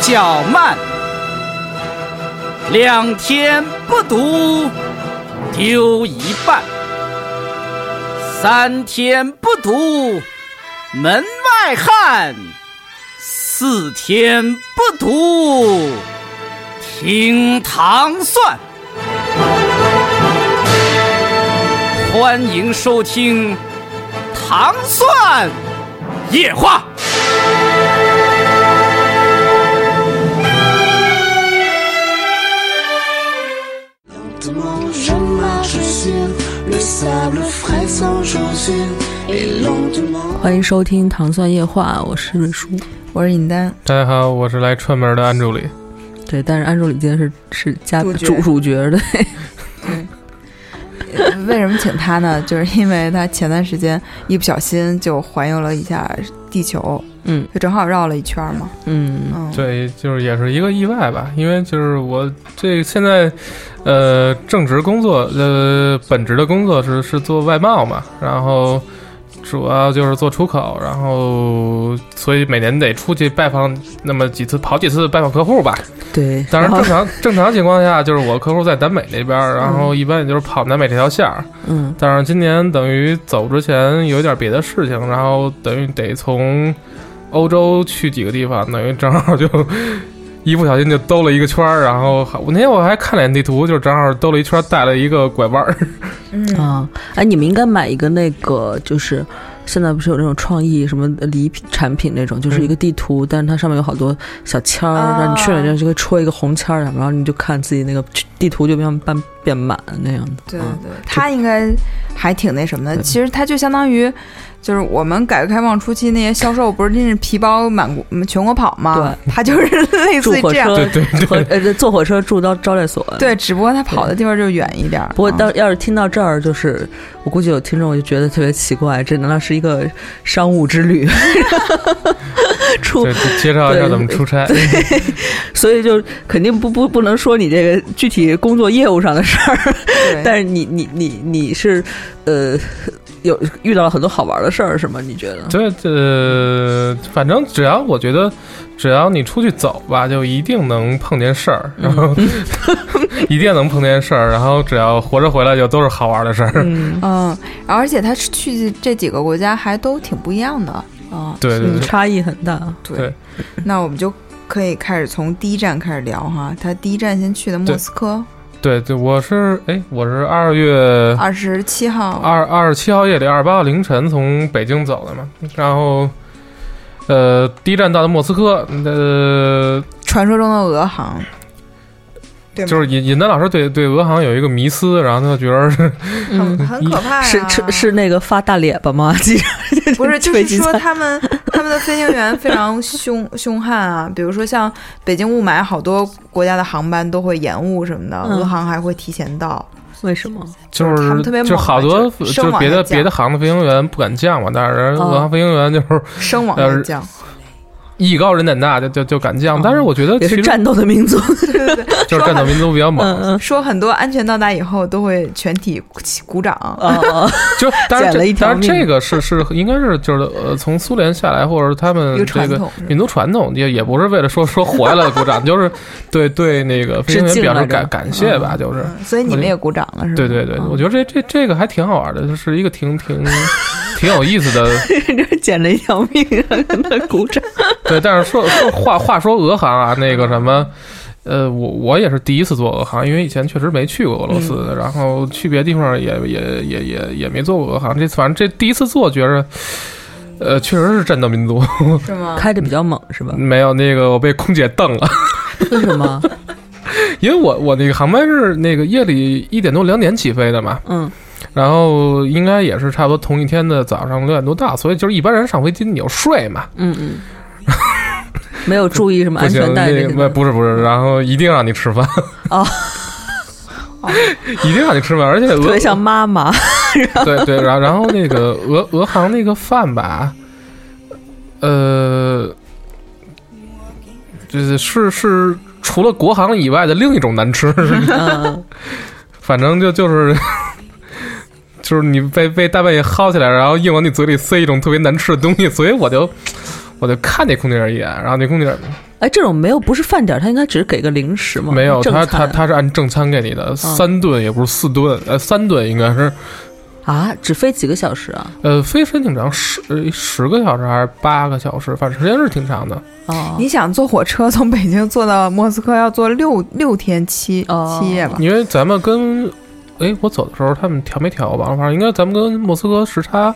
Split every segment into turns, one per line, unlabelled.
较慢，两天不读丢一半，三天不读门外汉，四天不读听糖蒜。欢迎收听《糖蒜夜话》。
Lentement, je marche sur le sable frais sans chaussures et lentement.
欢迎收听《糖蒜夜话》，我是瑞叔。
我是尹丹，
大家好，我是来串门的安助理。
对，但是安助理今天是是嘉
主角
主主角 对，
为什么请他呢？就是因为他前段时间一不小心就环游了一下地球，
嗯
就正好绕了一圈嘛。
嗯，
嗯，
对，就是也是一个意外吧，因为就是我这现在，呃，正职工作，呃，本职的工作是是做外贸嘛，然后主要就是做出口，然后所以每年得出去拜访那么几次，跑几次拜访客户吧。
对。
当然
后
正常正常情况下，就是我客户在南美那边，然后一般也就是跑南美这条线儿。
嗯
但是今年等于走之前有点别的事情，然后等于得从欧洲去几个地方，等于正好就一不小心就兜了一个圈儿。然后我那天我还看了眼地图，就正好兜了一圈，带了一个拐弯儿。
嗯，
啊，哎，你们应该买一个那个，就是现在不是有那种创意什么礼品产品那种，就是一个地图，但是它上面有好多小签儿，
啊
然后你去了之后就会戳一个红签儿，然后你就看自己那个地图就变变变满那样的。
对
嗯
对，他应该还挺那什么的。
对
其实他就相当于，就是我们改革开放初期那些销售，不是拎着皮包满国嗯全国跑吗？他就是 类
住
似于
火
这样
车，。
对对对
和呃坐火车住到招待所。
对，只不过他跑的地方就远一点儿。
不过
嗯
当要是听到这儿，就是我估计有听众就觉得特别奇怪，这难道是一个商务之旅？ 出
对，，就介绍一下怎么出差。
所以就肯定不不不能说你这个具体工作业务上的事儿，
对
但是你你你你是呃有遇到了很多好玩的事儿是吗？你觉得？
对，呃，反正只要我觉得，只要你出去走吧，就一定能碰见事儿，然后、一定能碰见事儿，然后只要活着回来，就都是好玩的事儿。
嗯
嗯，而且他去这几个国家还都挺不一样的。
啊，
对对
嗯
对
差异很大。
对
对，
那我们就可以开始从第一站开始聊哈。他第一站先去的莫斯科，
对对，我是哎，我是二月
二十七号。
二二十七号夜里，二十八号凌晨从北京走的嘛，然后。呃，第一站到的莫斯科，呃，
传说中的俄航，对
就是尹尹丹老师对对俄航有一个迷思，然后他就觉 得是
很
嗯，
很可怕呀、
是是是那个发大咧巴吗？ 记者
啊不是就
飞
是
机
说
餐
他 们他们的飞行员非常凶凶悍啊？比如说像北京雾霾，好多国家的航班都会延误什么的，
嗯
俄航还会提前到。
为什么？
就
就是他
是
们特别猛
就好
啊
多
就
就
升往
别
下
的
降
别的航的飞行员不敢降嘛，但是人
哦
俄航飞行员就是
升往
呃
下 降，
艺高人胆大，就就就敢降
哦。
但是我觉得
也
其
是
实
战斗的民族。
就是战斗民族比较猛，
嗯
说很多安全到达以后都会全体鼓起鼓掌。
呃
嗯 哦，
就当然
捡了一
这
条
当然
命
这个是是应该是就是呃从苏联下来或者是他
一
们
个
这
传
个
统，
民族传统也也不是为了说说活下来的鼓掌，就是对对那个飞行
致
员
敬
表
来
示
着
感感谢吧，就是。
嗯所以你们也鼓掌了是吗？
对对对，
嗯
我觉得这这这个还挺好玩的，就是一个挺挺挺有意思的。
这捡了一条命， 跟他鼓掌。
对，但是说说话话说俄航啊，那个什么，呃，我我也是第一次坐俄航，因为以前确实没去过俄罗斯，然后去别的地方也也也也也没坐过俄航。这次反正这第一次坐，觉着，呃，确实是战斗民族。
是吗？
开的比较猛是吧？
没有那个我被空姐瞪了。
为什 么？
因为我我那个航班是那个夜里一点多两点起飞的嘛，
嗯，
然后应该也是差不多同一天的早上六点多到，所以就是一般人上飞机你就睡嘛，
嗯嗯，没有注意什么
不
安
行
啊全带
那
这些
个
的。
不是不是，然后一定让你吃饭，
哦，
一定让你吃饭，而且
特
俄
别像妈妈，
对对，然后然后那个俄俄航那个饭吧，呃，就是是是除了国航以外的另一种难吃。
嗯，
反正就就是 就是你被被大半夜薅起来，然后硬往你嘴里塞一种特别难吃的东西，所以我就我就看那空姐一眼，然后那空姐
哎，这种没有不是饭点儿，他应该只是给个零食嘛，
没有，
正
他他
餐嗯
他是按正餐给你的，三顿也不是四顿，呃，三顿应该是
啊，只飞几个小时啊？
呃，飞时间挺长，十呃十个小时还是八个小时，反正时间是挺长的。
哦，
你想坐火车 从北京坐到莫斯科要坐六六天七、
哦
七夜吧？
因为咱们跟，哎，我走的时候他们调没调吧？反正应该咱们跟莫斯科时差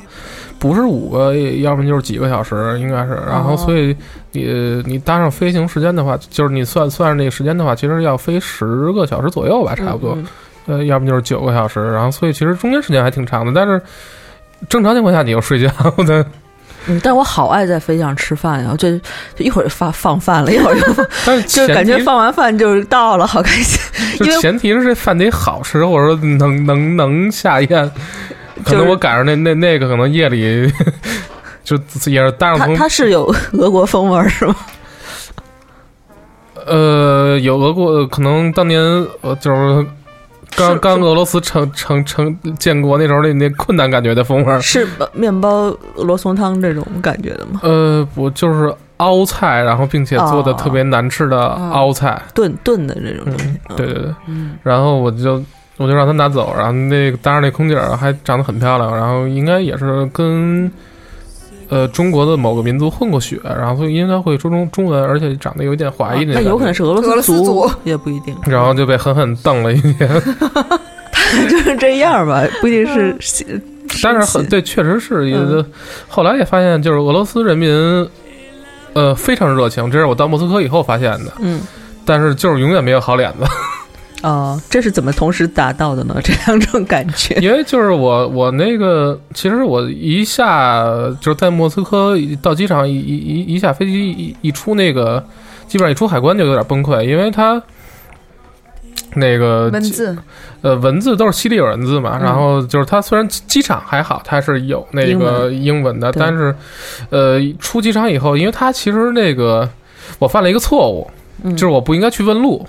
不是五个，要不然就是几个小时，应该是。然后
哦
所以你你搭上飞行时间的话，就是你算算上那个时间的话，其实要飞十个小时左右吧，差不多。
嗯嗯
呃，要么就是九个小时，然后所以其实中间时间还挺长的，但是正常情况下你又睡觉的，
嗯，但我好爱在飞机上吃饭呀，这就一会儿放放饭了，一 会儿又
但是
就
前
感觉
提
放完饭就到了，好开心。
就
因为
前提是这饭得好吃，或者说能能能下咽。可
就
能
是
我赶上那那那个，可能夜里 就也是搭上
它
从
它是有俄国风味儿是吗？
呃有俄国，可能当年呃就是
是
刚
是
刚俄罗斯成成成建国那时候那那困难感觉的风味儿。
是呃面包罗宋汤这种感觉的吗？
呃，我就是凹菜，然后并且做的
哦
特别难吃的凹菜。
炖炖的这种东西
嗯，，对对对。
嗯，
然后我就我就让他拿走，然后那个当然那空姐儿啊还长得很漂亮，然后应该也是跟呃中国的某个民族混过血，然后所以应该会说中中文，而且长得有一点华裔
啊那
感觉
有可能。是俄
俄
罗
罗斯
斯
族
也不一定，
然后就被狠狠瞪了一 眼，
就是这样吧，不一定是是，
但是很对，确实是。
嗯
后来也发现，就是俄罗斯人民，呃，非常热情，这是我到莫斯科以后发现的。
嗯。
但是就是永远没有好脸子，
哦，这是怎么同时达到的呢？这两种感 觉，
因为就是我我那个，其实我一下就是在莫斯科到机场一一一一下飞机一一出那个，基本上一出海关就有点崩溃，因为它那个
文字
呃文字都是西里有文字嘛，
嗯
然后就是它虽然机机场还好，它是有那
英
个
文
英文的，
对
但是呃出机场以后，因为它其实那个我犯了一个错误，
嗯
就是我不应该去问路。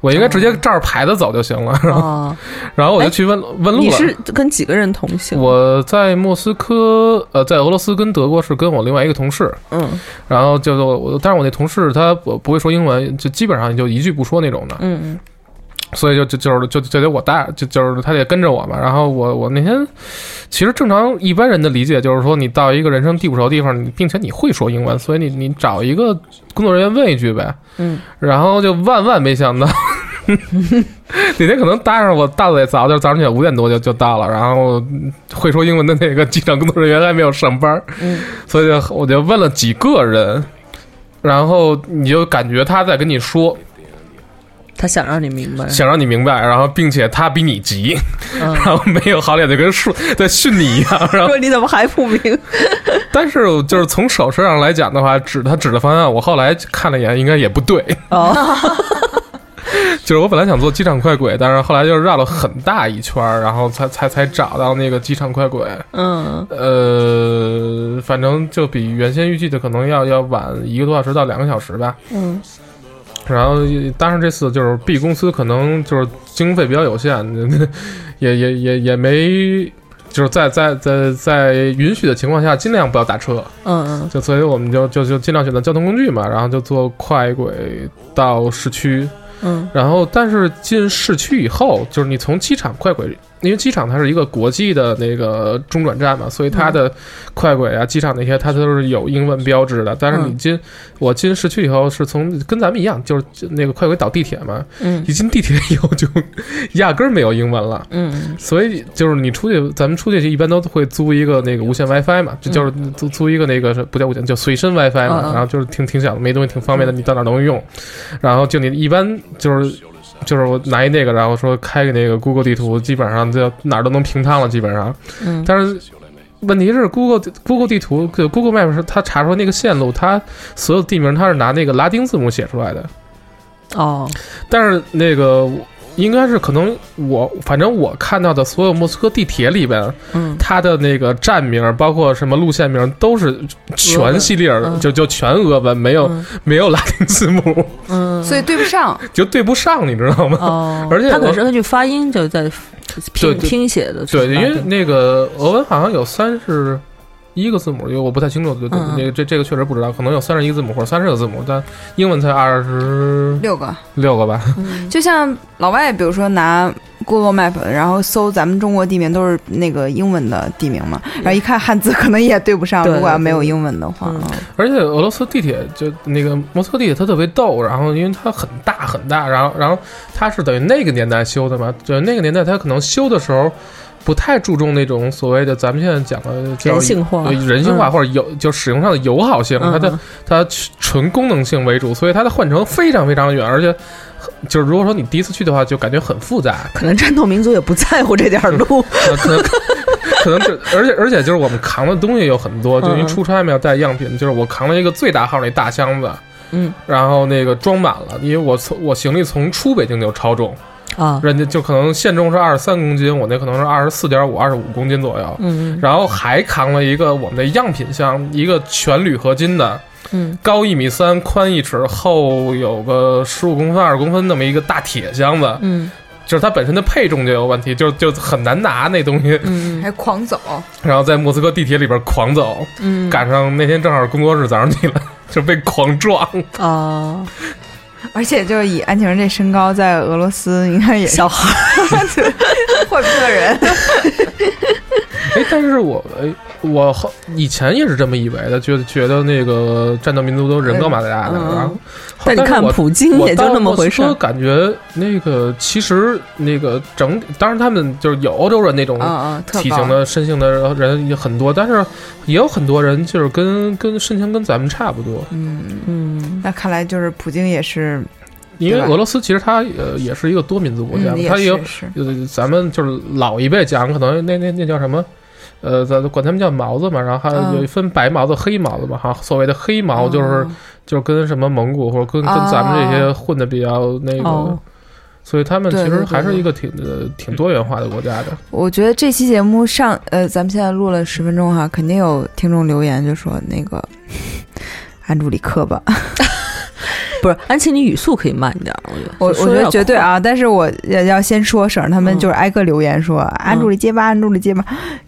我应该直接
哦
照着牌子走就行了，
哦，
然后我就去问问路了。
你是跟几个人同行？
我在莫斯科，呃，在俄罗斯跟德国是跟我另外一个同事，
嗯
然后就就我，但是我那同事他不不会说英文，就基本上就一句不说那种的，
嗯
所以就就就是就就得我带，就就是他得跟着我嘛。然后我我那天其实正常一般人的理解就是说，你到一个人生地不熟的地方，你并且你会说英文，所以你你找一个工作人员问一句呗，
嗯，
然后就万万没想到。你那可能搭上我大得早，就是早上起来五点多就就到了，然后会说英文的那个机场工作人员还没有上班，
嗯，
所以就我就问了几个人，然后你就感觉他在跟你说，
他想让你明白，
想让你明白，然后并且他比你急，
嗯
然后没有好脸就跟训在训你一样，然后
说你怎么还不明？
但是就是从手势上来讲的话，指他指的方向，我后来看了一眼，应该也不对，
哦，
就是我本来想做机场快轨，但是后来就是绕了很大一圈儿，然后才才才找到那个机场快轨。
嗯
呃，反正就比原先预计的可能要要晚一个多小时到两个小时吧。
嗯，
然后当然这次就是 B 公司可能就是经费比较有限， 也也也也没。就是在在在在允许的情况下，尽量不要打车。
嗯
就所以我们就就就尽量选择交通工具嘛，然后就坐快轨到市区，
嗯
然后但是进市区以后，就是你从机场快轨，因为机场它是一个国际的那个中转站嘛，所以它
嗯
的快轨啊、机场那些它都是有英文标志的。但是你
嗯
进、我进市区以后，是从跟咱们一样，就是那个快轨倒地铁嘛，
嗯
一进地铁以后就压根儿没有英文了。
嗯
所以就是你出去，咱们出去一般都会租一个那个无线 WiFi 嘛，就就是租租一个那个是不叫无线，叫随身 WiFi
嗯
嘛
嗯，嗯
然后就是挺挺小的，没东西挺方便的，你到哪儿都能用。然后就你一般就是就是我拿一那个，然后说开个那个 Google 地图，基本上就哪儿都能平摊了，基本上。
嗯，
但是问题是 Google Google 地图就 Google Map 是它查出那个线路，它所有地名它是拿那个拉丁字母写出来的，
哦，
但是那个应该是可能我反正我看到的所有莫斯科地铁里边，
嗯
它的那个站名包括什么路线名都是全西里尔
俄文嗯
就就全俄文，没有、
嗯
没有拉丁字 母，
嗯，
所以对不上，
就对不上，你知道吗？
哦，
而且
他
我
可是根据发音就在拼
对
拼写的，
对，因
是吧
为那个俄文好像有三十一个字母，因为我不太清楚，对对，
嗯嗯
那个这这个确实不知道，可能有三十一字母或者三十个字母，但英文才二十
六个。
六个吧。
就像老外，比如说拿 Google Map，然后搜咱们中国地名都是那个英文的地名嘛，然后一看汉字可能也对不上，
对
如果要
对
没有
对
英文的话，
嗯
而且俄罗斯地铁就那个莫斯科地铁，它特别逗。然后因为它很大很大，然后然后它是等于那个年代修的嘛，就那个年代它可能修的时候不太注重那种所谓的咱们现在讲的叫
人性化
呃，人性化或者友就使用上的友好性，
嗯
它的它纯功能性为主，所以它的换乘非常非常远，而且就是如果说你第一次去的话，就感觉很复杂。
可能战斗民族也不在乎这点儿路，
那啊可能可能这，而且而且就是我们扛的东西有很多，就因为
嗯嗯
出差嘛要带样品，就是我扛了一个最大号那大箱子，
嗯，
然后那个装满了，因为我从我行李从出北京就超重，
啊，
人家就可能限重是二十三公斤，我那可能是二十四点五、二十五公斤左右，
嗯
然后还扛了一个我们的样品箱，一个全铝合金的。
嗯，
高一米三，宽一尺，厚有个十五公分、二十公分那么一个大铁箱子，
嗯
就是它本身的配重就有问题，就就很难拿那东西。
嗯
还狂走，
然后在莫斯科地铁里边狂走，
嗯
赶上那天正好工作日早上起来 就被狂撞，
啊，
而且就是以安晴这身高，在俄罗斯应该也是
小孩儿
会不人。
哎，但是我哎，我后以前也是这么以为的，觉得觉得那个战斗民族都人高马大的，
嗯
然后后
但你
是
看
我
普京
我
也就
到
那么
莫斯
回事
科
儿，
感觉那个其实那个整，当然他们就是有欧洲人那种
啊
嗯嗯，特
体
高
型的、身形的人也很多，但是也有很多人就是跟跟身形跟咱们差不多，
嗯，
嗯
那看来就是普京也是，
因为
对吧
俄罗斯其实它呃也是一个多民族国家，
嗯，也
它也有
是是，
呃，咱们就是老一辈讲，可能那那那叫什么？呃，咱管他们叫毛子嘛，然后还
嗯
有分白毛子、黑毛子嘛，哈，所谓的黑毛就是、
哦
就是跟什么蒙古或者跟跟
哦
咱们这些混的比较那个，
哦
所以他们其
对对对
实还是一个挺呃挺多元化的国家的。
我觉得这期节目上，呃，咱们现在录了十分钟哈，肯定有听众留言就说那 个安助理克吧，
不是安琪，你语速可以慢一点儿，我
我我
觉得说有
觉
点
得绝对
快，
啊，但是我也要先说，省得他们
嗯
就是挨个留言说、安助理结巴，安助理结巴，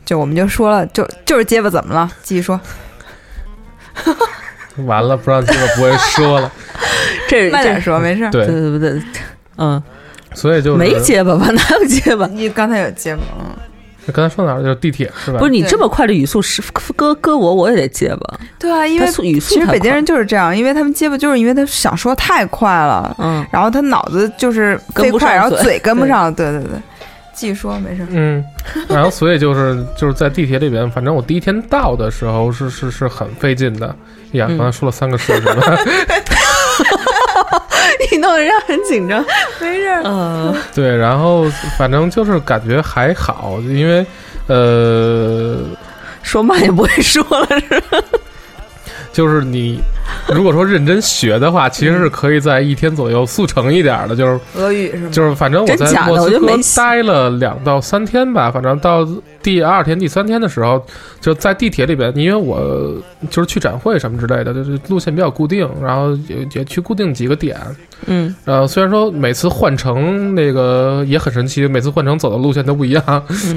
就我们就说了，就就是结巴怎么了？继续说，
完了，不让这个不会 说了，
这
慢点
这
说，没事。
对
对，
对对对，嗯，
所以就是
没结巴吧？ 哪有结巴？
你刚才有结巴，嗯
刚才说哪儿了就是地铁是吧？
不是你
对
这么快的语速，是搁搁我我也得结巴，
对啊，因为
他速语速
其实
太
北京
快
人就是这样，因为他们结巴，就是因为他想说太快了，
嗯，
然后他脑子就是飞
跟不
快，
上
然后
嘴
嘴跟不
对
上。对对对，继续说，没事儿。
嗯，然后所以就是就是在地铁里边，反正我第一天到的时候是是是很费劲的呀。
嗯
刚才说了三个是什么？
你弄得让人紧张，
没事儿。
嗯
对，然后反正就是感觉还好，因为呃，
说慢也不会说了，是吧
就是你如果说认真学的话，其实
嗯
是可以在一天左右速成一点儿的，就是
俄语是吗？
就是反正我
真
在
假的
莫
我
斯
就
科
没信
待了两到三天吧，反正到第二天、第三天的时候，就在地铁里边，因为我就是去展会什么之类的，就是路线比较固定，然后也也去固定几个点，
嗯
呃，虽然说每次换乘那个也很神奇，每次换乘走的路线都不一样，
嗯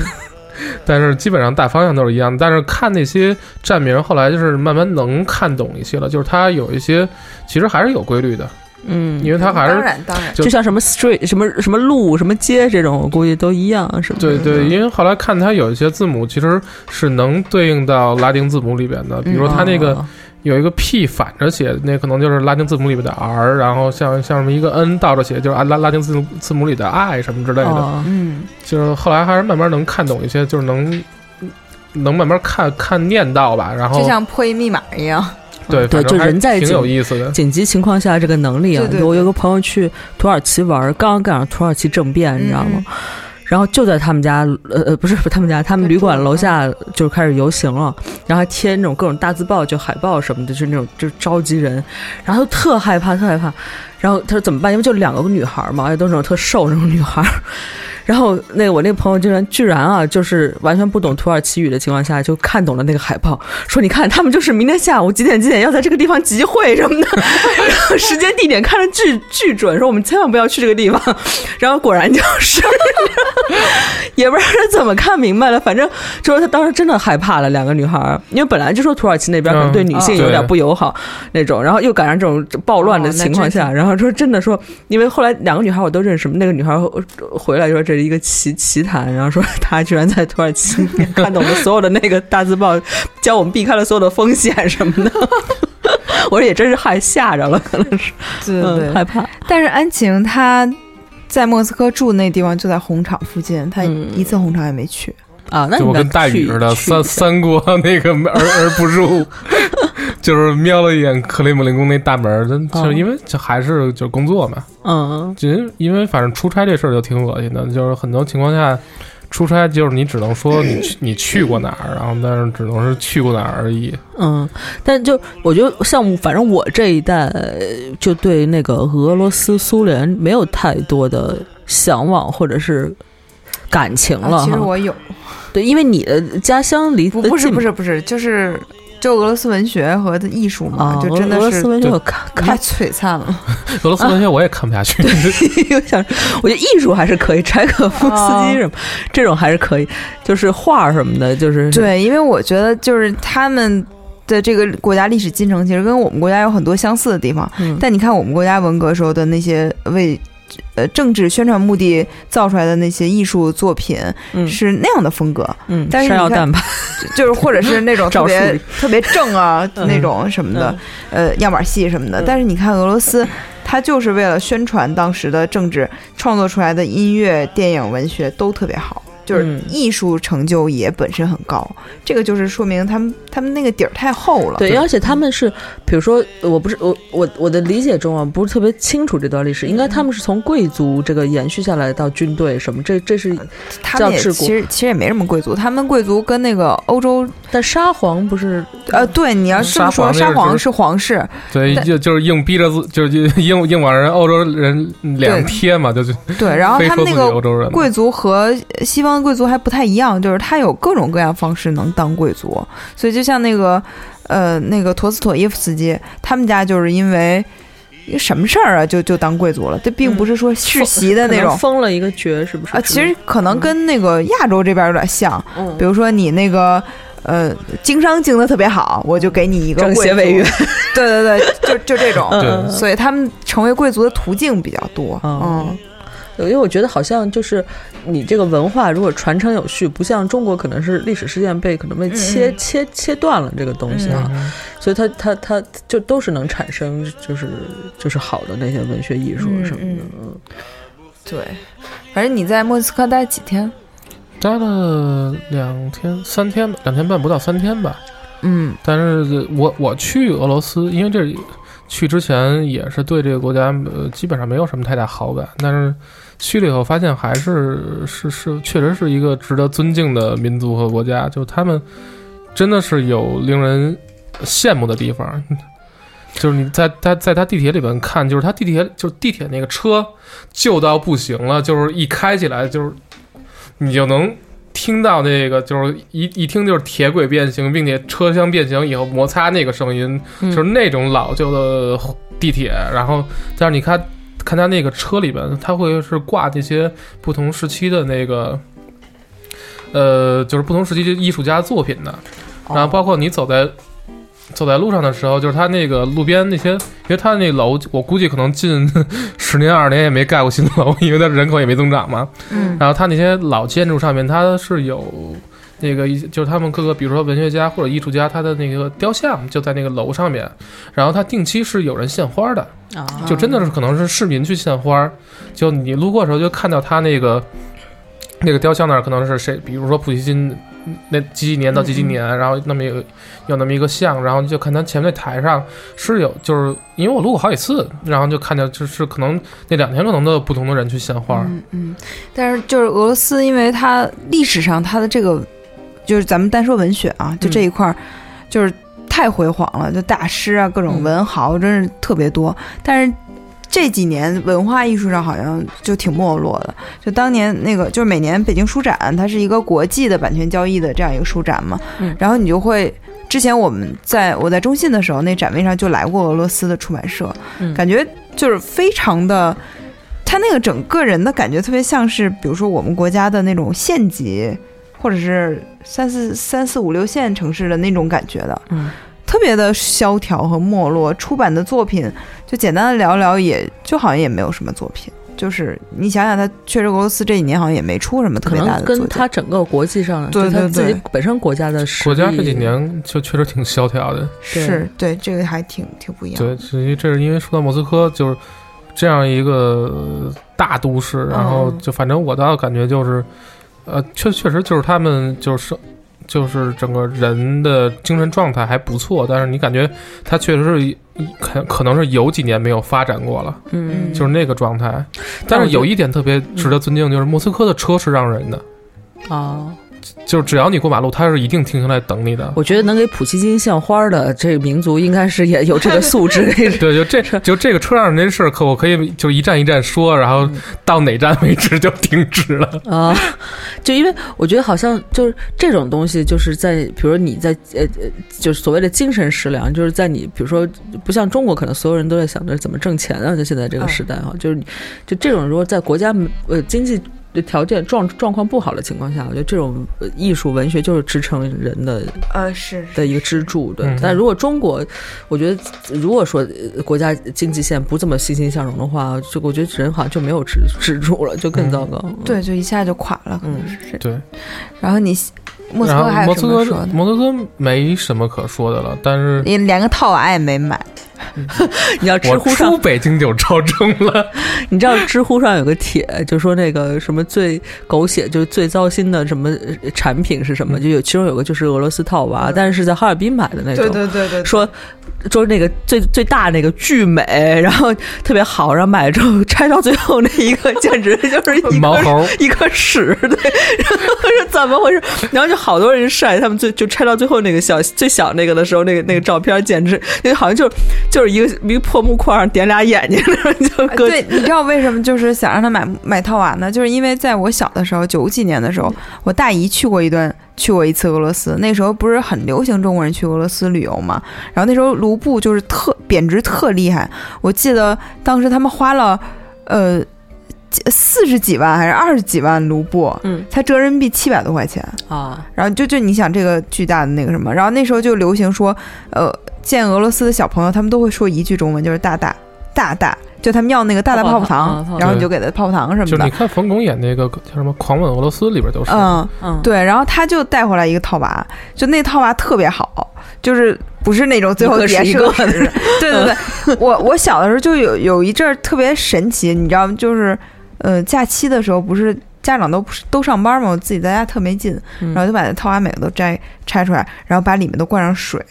但是基本上大方向都是一样的。但是看那些站名，后来就是慢慢能看懂一些了，就是它有一些其实还是有规律的，因
嗯，
为它还
当
是。
然当然，
就
就像什么 street 什么什么路什么街这种，我估计都一样，是吧？
对对，因为后来看它有一些字母其实是能对应到拉丁字母里边的，比如它那个
哦
有一个 P 反着写，那可能就是拉丁字母里边的 R，然后像像什么一个 N 倒着写，就是拉拉丁字母字母里的 I 什么之类的。
哦
嗯，
就是后来还是慢慢能看懂一些，就是能能慢慢看看念到吧，然后
就像破译密码一样。
对
对
反
就
正还
人在
挺有
紧
意思的，
紧急情况下这个能力啊。
对对对
我有个朋友去土耳其玩儿，刚赶上土耳其政变，你知道
嗯
吗？然后就在他们家，呃呃，不是不是他们家，他们旅馆楼
嗯
下就开始游行了，然后还贴那种各种大字报，就海报什么的，就是那种就是召集人，然后他就特害怕，特害怕。然后他说怎么办？因为就两个女孩嘛，而且都是那种特瘦那种女孩。 然后那个我那个朋友居然居然啊，就是完全不懂土耳其语的情况下，就看懂了那个海报，说你看他们就是明天下午几点几点要在这个地方集会什么的，然 后时间地点看着巨巨准，说我们千万不要去这个地方。然后果然就是， 也不知道是怎么看明白了，反正就是他当时真的害怕了，两个女孩儿，因为本来就说土耳其那边可能对女性
嗯
有点
对
不友好那种，然后又赶上这种暴乱的
哦那
情况
真
下，然后说真的说，因为后来两个女孩我都认识，那个女孩回回来就说这是一个奇奇谈，然后说她居然在土耳其看懂了所有的那个大字报，教我们避开了所有的风险什么的。 我说也真是害吓着了，可能是
对
嗯、害怕。
但是安晴她在莫斯科住那地方就在红场附近，她
嗯
一次红场也没去。
啊，那
就
你
我跟
们
大
去
禹似
去
的，
一
三
下
三国 那个门而而不入，就是瞄了一眼克里姆林宫那大门儿，真就
哦
是因为就还是就是工作嘛，
嗯
就因为反正出差这事儿就挺恶心的，就是很多情况下。出差就是你只能说你去你去过哪儿，然后但是只能是去过哪儿而已。
嗯，但就我觉得像反正我这一代就对那个俄罗斯、苏联没有太多的向往或者是感情了
啊其实
哈。
我 有，
对，因为你的家乡离
不
得
不是
近
不是不是，就是就俄罗斯文学和艺术
啊，
嘛，就真
俄
的
罗
是
斯文学
就
我 看
太
看，
璀璨了。
俄罗斯文学我也看不下去，
又想，我觉得艺术还是可以，柴可夫斯基什么、这种还是可以，就是画儿什么的，就是
对，因为我觉得就是他们的这个国家历史进程，其实跟我们国家有很多相似的地方。
嗯
但你看我们国家文革时候的那些为呃政治宣传目的造出来的那些艺术作品，
嗯
是那样的风格，
嗯，
但是
山
你
药
看
蛋吧，
就是或者是那种特
赵树
别
理
特别正啊
嗯
那种什么的，呃样板戏什么的。但是你看俄罗斯，它就是为了宣传当时的政治，创作出来的音乐、电影、文学都特别好，就是
嗯
艺术成就也本身很高。这个就是说明他们他们那个底儿太厚了。
对，而且他们是，比如说，我不是我我我的理解中啊，不是特别清楚这段历史，应该
嗯
他们是从贵族这个延续下来到军队什么，这这是，
他们也
叫治国
其实其实也没什么贵族，他们贵族跟那个欧洲，
但沙皇不是
呃，对，你要这么说，
沙
沙
皇那是
皇是皇室，
对，
但
就就是硬逼着自，就是硬硬往人欧洲人脸上
对
贴嘛，就就
对，然后
非
他
说
们
自
那
己
个
欧洲人嘛。
贵族和西方贵族还不太一样，就是他有各种各样方式能当贵族，所以就像那个呃那个陀思妥耶夫斯基，他们家就是因为一个什么事儿啊就就当贵族了，这并不是说世袭的那
可能
种。
封了一个爵，是不是
啊，其实可能跟那个亚洲这边有点像，
嗯
比如说你那个，呃，经商经的特别好，我就给你一个
政
贵
协
族
委员，
对 对对，就就这种，
对
嗯，
所以他们成为贵族的途径比较多，
哦
嗯，
因为我觉得好像就是你这个文化如果传承有序，不像中国可能是历史事件被可能被
嗯
切、切切断了这个东西啊，
嗯
所以它它它就都是能产生就是就是好的那些文学艺术什么的，嗯
对，反正你在莫斯科待几天？
待了两天、三天吧，两天半不到三天吧。
嗯
但是我我去俄罗斯，因为这去之前也是对这个国家呃基本上没有什么太大好感，但是去了以后发现还是是是确实是一个值得尊敬的民族和国家，就他们真的是有令人羡慕的地方。 就是你在他在他地铁里边看，就是他地铁就是地铁那个车旧到不行了，就是一开起来就是你就能听到那个就是一一听就是铁轨变形，并且车厢变形以后摩擦那个声音，
嗯
就是那种老旧的地铁。然后，但是你看看它那个车里边，它会是挂那些不同时期的那个。呃，就是不同时期的艺术家作品的，然后包括你走在走在路上的时候，就是它那个路边那些，因为它那楼，我估计可能近 十年二十年也没盖过新楼，因为它人口也没增长嘛。
嗯
然后它那些老建筑上面，它是有那个一，就是他们各个，比如说文学家或者艺术家，他的那个雕像就在那个楼上面。然后它定期是有人献花的，
啊
就真的是可能是市民去献花。就你路过的时候就看到他那个那个雕像那儿，可能是谁，比如说普希金那几几年到几几年，然后那么有有那么一个像，然后就看他前面那台上是有，就是因为我路过好几次，然后就看见就是可能那两天可能都有不同的人去献花。
嗯嗯，但是就是俄罗斯，因为它历史上它的这个，就是咱们单说文学啊，
嗯
就这一块儿，就是太辉煌了，就大师啊，各种
嗯
文豪真是特别多，但是。这几年文化艺术上好像就挺没落的，就当年那个就是每年北京书展，它是一个国际的版权交易的这样一个书展嘛，
嗯
然后你就会之前我们在我在中信的时候，那展位上就来过俄罗斯的出版社，
嗯
感觉就是非常的。他那个整个人的感觉特别像是，比如说我们国家的那种县级，或者是三四三四五六线城市的那种感觉的，
嗯，
特别的萧条和没落。出版的作品就简单的聊聊也，就好像也没有什么作品。就是你想想，他确实俄罗斯这几年好像也没出什么特
可
别大
能
的作
跟
品。
他整个国际上的，
对
就他
对
自
对
己本身国家的实
国家
力
这几年就确实挺萧条的，
是对这个还挺挺不一样。
对，至于这是因为说到莫斯科，就是这样一个呃大都市，然
嗯
后就反正我倒感觉就是，呃，确确实就是他们就是就是整个人的精神状态还不错，但是你感觉他确实是可可能是有几年没有发展过了，
嗯，
就是那个状态。
但
但
我
是有
觉嗯
一点特别值得尊敬，就是莫斯科的车是让人的，
啊，
就是只要你过马路，他是一定停下来等你的。
我觉得能给普希金献花的这个民族，应该是也有这个素质。
对，就这就这个车上这事儿，可我可以就一站一站说，然后到哪站为止就停止了。
啊、就因为我觉得好像就是这种东西，就是在比如说你在呃呃，就是所谓的精神食粮，就是在你比如说不像中国，可能所有人都在想着怎么挣钱啊，在现在这
哦
个时代哈、就是你就这种如果在国家呃经济。条件状状况不好的情况下，我觉得这种呃艺术文学就是支撑人的
呃，是
的一个支柱，对。
嗯
但如果中国，我觉得如果说呃国家经济线不这么欣欣向荣的话，就我觉得人好像就没有支支柱了，就更糟糕。
对，就一下就垮了，可能
嗯
是这。
对，
然后你莫斯
然
科
后
还有
莫
什
斯
么
科
说 的？
莫斯科没什么可说的了，但是
你连个套娃也没买，
你要知
我
乎
出
上，
北京就超征 了。
你知道知乎上有个帖，就说那个什么最狗血，就是最糟心的什么呃产品是什
嗯
么？就有其中有个就是俄罗斯套娃，但是是在哈尔滨买的那种。
对对
说说那个最最大那个巨美，然后特别好，然后买了之后拆到最后那一个，简直就是 一个
毛猴，
一颗屎，对，然后是怎么回事？然后就好多人晒他们最就拆到最后那个小最小那个的时候，那个那个照片简直那个好像就是就是一个一个破木块上点俩眼睛，然后 就搁
呃对，你知道为什么就是想让他买买套娃呢？就是因为在我小的时候，九几年的
嗯
时候，我大姨去过一段，去过一次俄罗斯。那时候不是很流行中国人去俄罗斯旅游嘛？然后那时候卢布就是特贬值特厉害，我记得当时他们花了呃四十几万还是二十几万卢布，
嗯，
才折人民币七百多块钱。
啊，
然后就就你想这个巨大的那个什么，然后那时候就流行说，呃，见俄罗斯的小朋友他们都会说一句中文，就是大大大大，就他们要那个大大
泡
泡泡
泡
糖，
糖啊
然后你就给他泡泡糖什
就
么
是
的。
你看冯巩演那个叫什么《狂吻俄罗斯》里边都是，
嗯，
嗯，
对，然后他就带回来一个套娃，就那套娃特别好，就是不是那种最后
一个
叠
是一
个
个
屎， 对对对，我我小的时候就有有一阵儿特别神奇，你知道吗？就是呃，假期的时候不是家长都不是都上班嘛，我自己在家特没劲，
嗯
然后就把那套娃每个都摘拆出来，然后把里面都灌上水，